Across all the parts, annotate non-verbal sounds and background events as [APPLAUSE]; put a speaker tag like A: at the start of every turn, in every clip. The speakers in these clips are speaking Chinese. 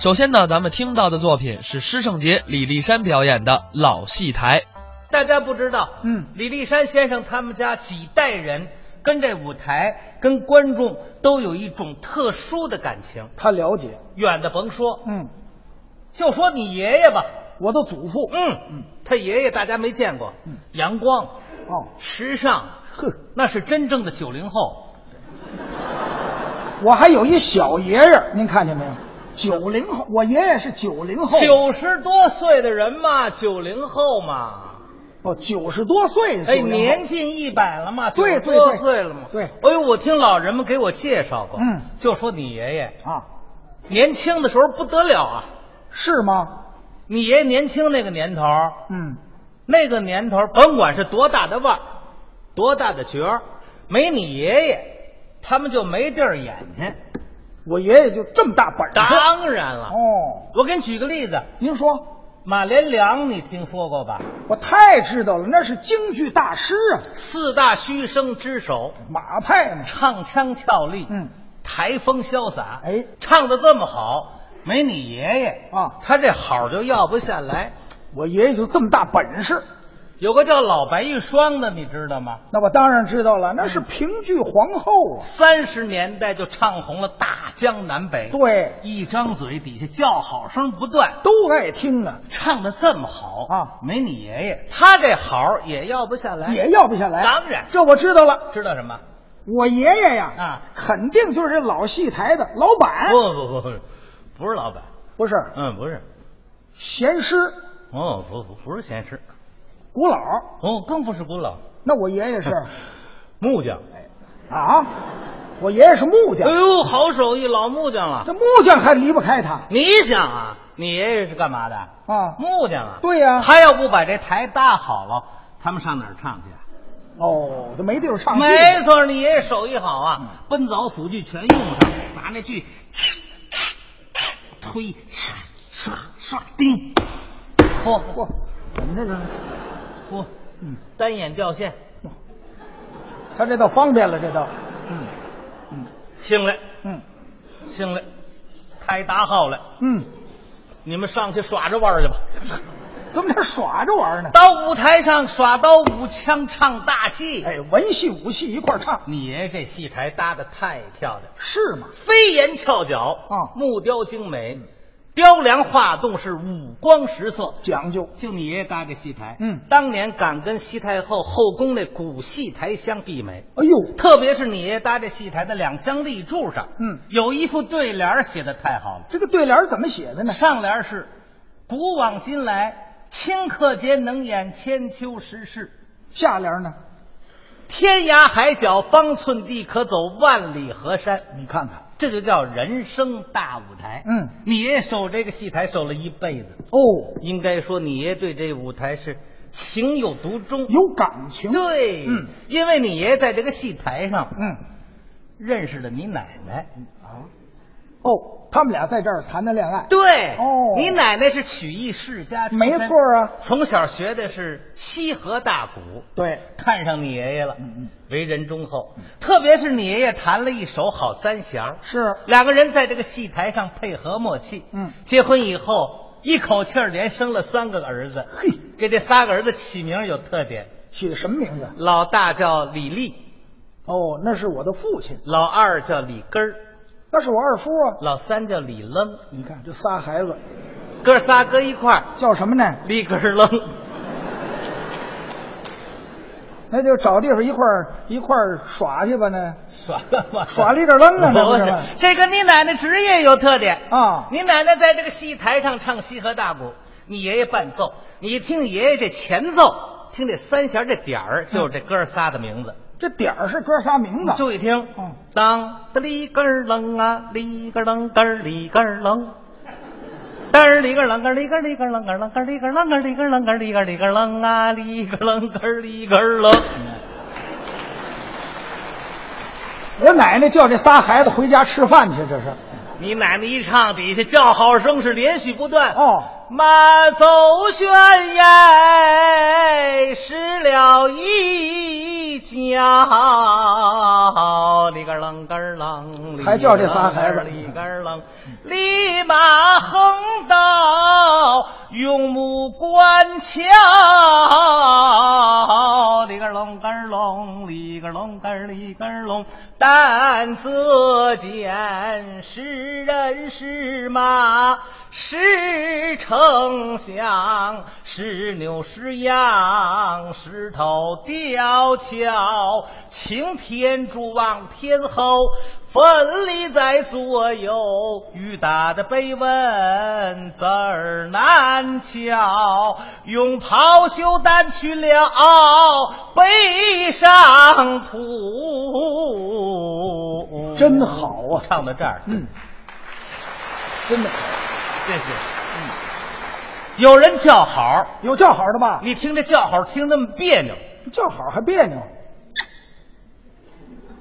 A: 首先呢，咱们听到的作品是施圣杰、李立山表演的《老戏台》。
B: 大家不知道，
C: 嗯
B: 李立山先生他们家几代人跟这舞台、跟观众都有一种特殊的感情。
C: 他了解，
B: 远的甭说，
C: 嗯，
B: 就说你爷爷吧，
C: 我的祖父，
B: 嗯，他爷爷大家没见过，
C: 嗯
B: 阳光、
C: 哦，
B: 时尚，
C: 呵，
B: 那是真正的九零后。
C: 我还有一小爷爷，您看见没有？九零后，我爷爷是九零后，
B: 九十多岁的人嘛，九零后嘛，
C: 哦九十多岁的90后，
B: 哎，年近一百了嘛，90
C: 对
B: 多
C: 对对
B: 岁了嘛，
C: 对
B: 哎呦，我听老人们给我介绍过，
C: 嗯
B: 就说你爷爷
C: 啊，
B: 年轻的时候不得了啊，
C: 是吗？
B: 你爷爷年轻那个年头，
C: 嗯，
B: 那个年头，甭管是多大的腕儿，多大的角儿，没你爷爷，他们就没地儿演去。
C: 我爷爷就这么大本事，
B: 当然了，
C: 哦，
B: 我给你举个例子，
C: 您说，
B: 马连良你听说过吧？
C: 我太知道了，那是京剧大师啊，
B: 四大须生之首，
C: 马派呢？
B: 唱腔俏丽，
C: 嗯，
B: 台风潇洒，
C: 哎
B: 唱的这么好，没你爷爷
C: 啊
B: 他这好就要不下来。
C: 我爷爷就这么大本事，
B: 有个叫老白玉霜的，你知道吗？
C: 那我当然知道了，那是评剧皇后啊，
B: 三十年代就唱红了大江南北，
C: 对，
B: 一张嘴底下叫好声不断，
C: 都爱听啊，
B: 唱的这么好
C: 啊
B: 没你爷爷，他这好也要不下来。
C: 也要不下来，
B: 当然
C: 这我知道了。
B: 知道什么？
C: 我爷爷呀，
B: 啊
C: 肯定就是这老戏台的老板，
B: 不不不不，不是老板，
C: 不是
B: 嗯，不是，
C: 闲师
B: 哦，不不不是闲师，
C: 古老。
B: 哦，更不是古老
C: 那我
B: [LAUGHS]
C: 爷爷是
B: 木匠。
C: 啊，我爷爷是木
B: 哎
C: 匠，
B: 呦，好手艺，老木匠了
C: 这。木匠还离不开他
B: 你想啊，你爷爷是干嘛的？
C: 啊。
B: 木匠啊。
C: 对呀
B: 他要不把这台搭好了，他们上哪儿唱去啊？
C: 哦，这没地方唱戏，
B: 没错，你爷爷手艺好
C: 嗯
B: 啊，奔走辅剧全用上，拿那锯推刷刷刷钉，嚯
C: 嚯，怎么这是？
B: 嚯，
C: 嗯
B: 单眼掉线，
C: 他这倒方便了，这倒，嗯
B: 行嘞，
C: 嗯
B: 行嘞，太打好了，
C: 嗯，
B: 你们上去耍着玩儿去吧。
C: 怎么这耍着玩呢？
B: 到舞台上耍刀舞枪唱大戏，
C: 哎，文戏武戏一块儿唱，
B: 你爷爷这戏台搭的太漂亮了。
C: 是吗？
B: 飞檐翘角，
C: 啊
B: 木雕精美，雕梁画栋是五光十色，
C: 讲究，
B: 就你爷爷搭这戏台，
C: 嗯
B: 当年敢跟西太后后宫那古戏台相媲美。
C: 哎呦，
B: 特别是你爷爷搭这戏台的两厢立柱上，
C: 嗯
B: 有一副对联儿写的太好了。
C: 这个对联儿怎么写的呢？
B: 上联是“古往今来，顷刻间能演千秋时事，
C: 下联儿呢？
B: 天涯海角方寸地，可走万里河山”。
C: 你看看，
B: 这就叫人生大舞台。
C: 嗯
B: 你爷爷守这个戏台守了一辈子，
C: 哦，
B: 应该说你爷爷对这舞台是情有独钟。
C: 有感情，
B: 对，
C: 嗯，
B: 因为你爷爷在这个戏台上
C: 嗯，
B: 认识了你奶奶。
C: 哦，他们俩在这儿谈的恋爱，
B: 对，
C: 哦
B: 你奶奶是曲艺世家出身，
C: 没错啊
B: 从小学的是西河大鼓。
C: 对，
B: 看上你爷爷了，
C: 嗯嗯
B: 为人忠厚，特别是你爷爷弹了一首好三弦，
C: 是
B: 两个人在这个戏台上配合默契。
C: 嗯
B: 结婚以后一口气儿连生了三个儿子，
C: 嘿，
B: 给这仨个儿子起名有特点，
C: 起的什么名字？
B: 老大叫李立，
C: 哦，那是我的父亲，
B: 老二叫李根儿，
C: 那是我二叔啊。
B: 老三叫李愣，
C: 你看这仨孩子
B: 哥仨搁一块儿，
C: 叫什么呢？
B: 立根儿愣。
C: 那就找地方一块儿一块儿耍去吧呢。
B: 耍了吗？
C: 耍立根愣啊这
B: 不
C: 不是
B: 是，这跟你奶奶职业有特点
C: 啊
B: 你奶奶在这个戏台上唱西河大鼓，你爷爷伴奏，你一听爷爷这前奏，听这三弦这点儿，就是这哥仨的名字。
C: 这点儿是哥仨名字。
B: 注意听
C: 嗯，
B: 当的里根儿楞啊，里根儿楞根儿里根儿楞。嘚儿里根儿楞根儿里根儿里根儿楞根儿楞根儿里根儿楞根儿里根儿楞根儿里根儿里根儿楞啊，里根儿楞根儿里根儿楞。
C: 我奶奶叫这仨孩子回家吃饭去，这是
B: 你奶奶一唱，底下叫好声是连续不断。
C: 哦，
B: 满走悬崖，失了一家。里个啷个啷，
C: 还叫这仨孩子
B: 里个啷，立马横刀，用木关桥。里个啷个啷，里个啷个里个啷，担责见是人是马。是丞相，是牛是羊，石头吊桥，擎天柱望天后，奋力在左右，雨打的碑文字儿难敲，用袍袖掸去了悲伤土。
C: 真好啊
B: 唱到这儿，
C: 嗯，真的
B: 谢谢。有人叫好，
C: 有叫好的吧？
B: 你听这叫好听那么别扭，
C: 叫好还别扭，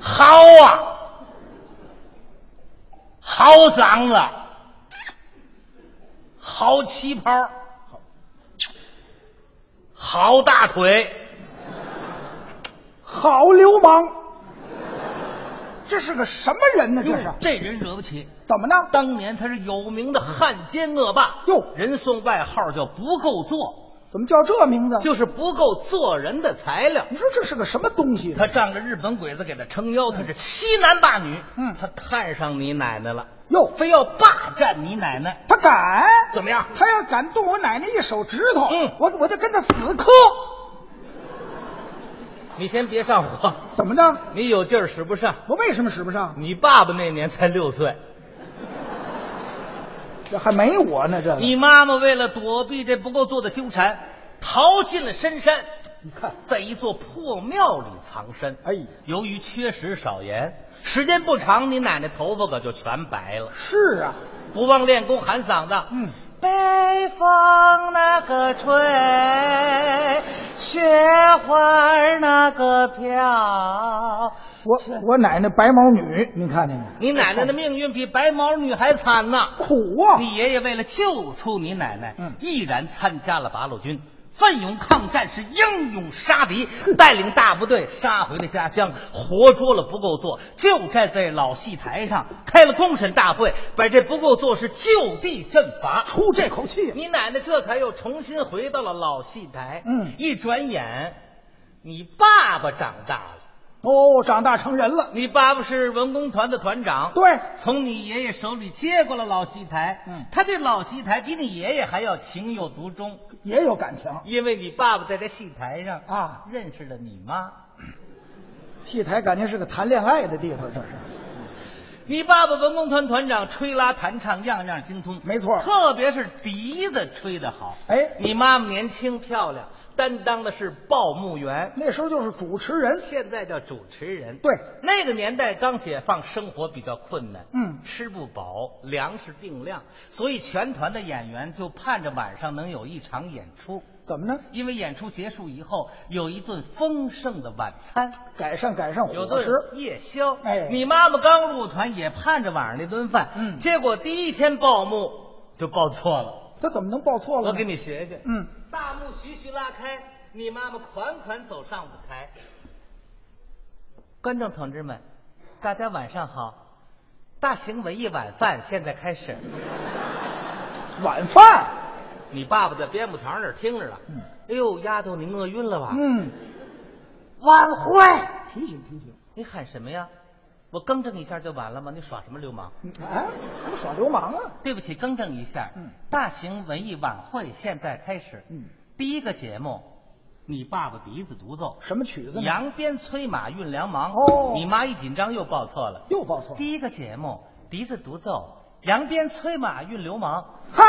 B: 好啊，好嗓子，好旗袍，好大腿，
C: 好流氓，这是个什么人呢？这是啊
B: 哟这人惹不起。
C: 怎么呢？
B: 当年他是有名的汉奸恶霸，
C: 哟
B: 人送外号叫不够做，
C: 怎么叫这名字？
B: 就是不够做人的材料。
C: 你说这是个什么东西？
B: 他仗着日本鬼子给他撑腰，他是欺男霸女。
C: 嗯
B: 他看上你奶奶了，
C: 哟，
B: 非要霸占你奶奶，
C: 他敢？
B: 怎么样？
C: 他要敢动我奶奶一手指头，
B: 嗯
C: 我我就跟他死磕。
B: 你先别上火，
C: 怎么着？
B: 你有劲儿使不上。
C: 我为什么使不上？
B: 你爸爸那年才六岁，
C: 这还没我呢，这个
B: 你妈妈为了躲避这不够做的纠缠，逃进了深山，
C: 你看，
B: 在一座破庙里藏身。
C: 哎呀
B: 由于缺食少盐，时间不长，你奶奶头发可就全白了。
C: 是啊，
B: 不忘练功喊嗓子，
C: 嗯，
B: 北风那个吹，雪花儿那个飘。
C: 我我奶奶白毛女，你看见没？
B: 你奶奶的命运比白毛女还惨呐！
C: 苦啊！
B: 你爷爷为了救出你奶奶，
C: 嗯
B: 毅然参加了八路军，奋勇抗战，是英勇杀敌， [LAUGHS] 带领大部队杀回了家乡，活捉了不够做，就站在老戏台上开了公审大会，把这不够做是就地正法。
C: 出这口气，
B: 你奶奶这才又重新回到了老戏台。
C: 嗯
B: 一转眼，你爸爸长大了。
C: 哦，长大成人了，
B: 你爸爸是文工团的团长，
C: 对，
B: 从你爷爷手里接过了老戏台。
C: 嗯
B: 他对老戏台比你爷爷还要情有独钟，
C: 也有感情
B: 因为你爸爸在这戏台上
C: 啊。
B: 认识了你妈。
C: 戏台感情是个谈恋爱的地方，这是
B: 你爸爸文工团团长，吹拉弹唱样样精通，
C: 没错
B: 特别是笛子吹得好。
C: 哎
B: 你妈妈年轻漂亮，担当的是报幕员，
C: 那时候就是主持人，
B: 现在叫主持人。
C: 对，
B: 那个年代刚解放，生活比较困难，
C: 嗯
B: 吃不饱，粮食定量，所以全团的演员就盼着晚上能有一场演出。
C: 怎么呢？
B: 因为演出结束以后有一顿丰盛的晚餐，
C: 改善改善
B: 有
C: 伙
B: 顿
C: 食，
B: 夜宵。
C: 哦哎
B: 你妈妈刚入团也盼着晚上那顿饭，
C: 嗯
B: 结果第一天报幕就报错了。
C: 他怎么能报错了？
B: 我给，你学学，
C: 嗯，
B: 大幕徐徐拉开，你妈妈款款走上舞台。观众同志们，大家晚上好！大型文艺晚饭现在开始。
C: 晚饭，
B: 你爸爸在边牧堂那儿听着呢。
C: 嗯
B: 哎呦，丫头，您饿晕了吧？
C: 嗯，
B: 晚会，
C: 提醒提醒，
B: 你喊什么呀？我更正一下就完了吗？你耍什么流氓？
C: 嗯哎，你耍流氓啊？
B: 对不起，更正一下。
C: 嗯
B: 大型文艺晚会现在开始。
C: 嗯，
B: 第一个节目，你爸爸笛子独奏。
C: 什么曲子呢？
B: 扬鞭催马运粮忙。
C: 哦
B: 你妈一紧张又报错了。
C: 又报错了，
B: 第一个节目，笛子独奏，扬鞭催马运流氓。
C: 嗨，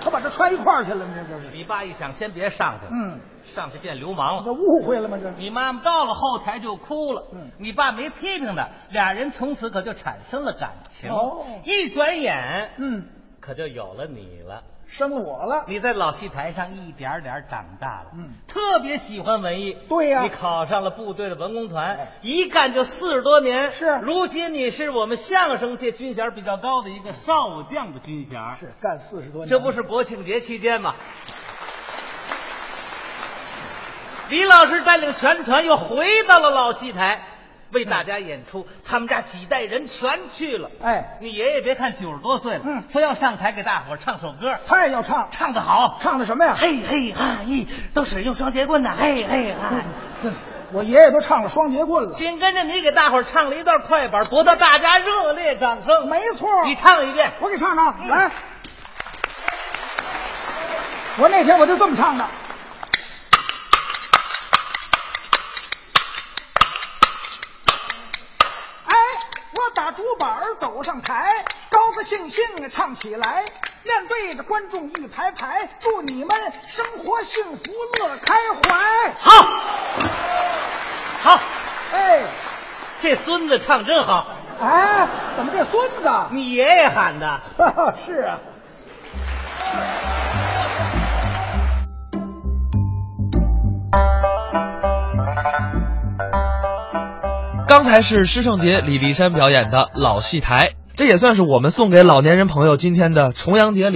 C: 他把这揣一块儿去了吗？这这是，
B: 你爸一想，先别上去了，
C: 嗯，
B: 上去变流氓
C: 这
B: 了。
C: 误会了吗？这
B: 你妈妈到了后台就哭了，
C: 嗯
B: 你爸没批评她，俩人从此可就产生了感情。
C: 哦
B: 一转眼，
C: 嗯，
B: 可就有了你了。
C: 生我了，
B: 你在老戏台上一点点长大了，
C: 嗯
B: 特别喜欢文艺。
C: 对呀
B: 你考上了部队的文工团，
C: 哎
B: 一干就四十多年。
C: 是
B: 如今你是我们相声界军衔比较高的一个少将的军衔，
C: 是干四十多年，
B: 这不是国庆节期间吗？李老师带领全团又回到了老戏台，为大家演出。他们家几代人全去了。
C: 哎，
B: 你爷爷别看九十多岁了，
C: 嗯
B: 说要上台给大伙儿唱首歌，
C: 他也要唱，
B: 唱得好，
C: 唱的什么呀？
B: 嘿嘿哈咦，都使用双节棍呢，嘿嘿哈。
C: 我爷爷都唱了双截棍了，
B: 紧跟着你给大伙儿唱了一段快板，博得大家热烈掌声。
C: 没错，
B: 你唱一遍，
C: 我给唱唱来。我那天我就这么唱的，哎，我打竹板儿走上台，高高兴兴地唱起来，面对着观众一排排，祝你们生活幸福乐开怀。
B: 好，好，
C: 哎，
B: 这孙子唱真好，
C: 哎，怎么这孙子？ [LAUGHS]
B: 你爷爷喊的。
C: 是啊。
A: 刚才是师胜杰、李立山表演的老戏台，这也算是我们送给老年人朋友今天的重阳节礼。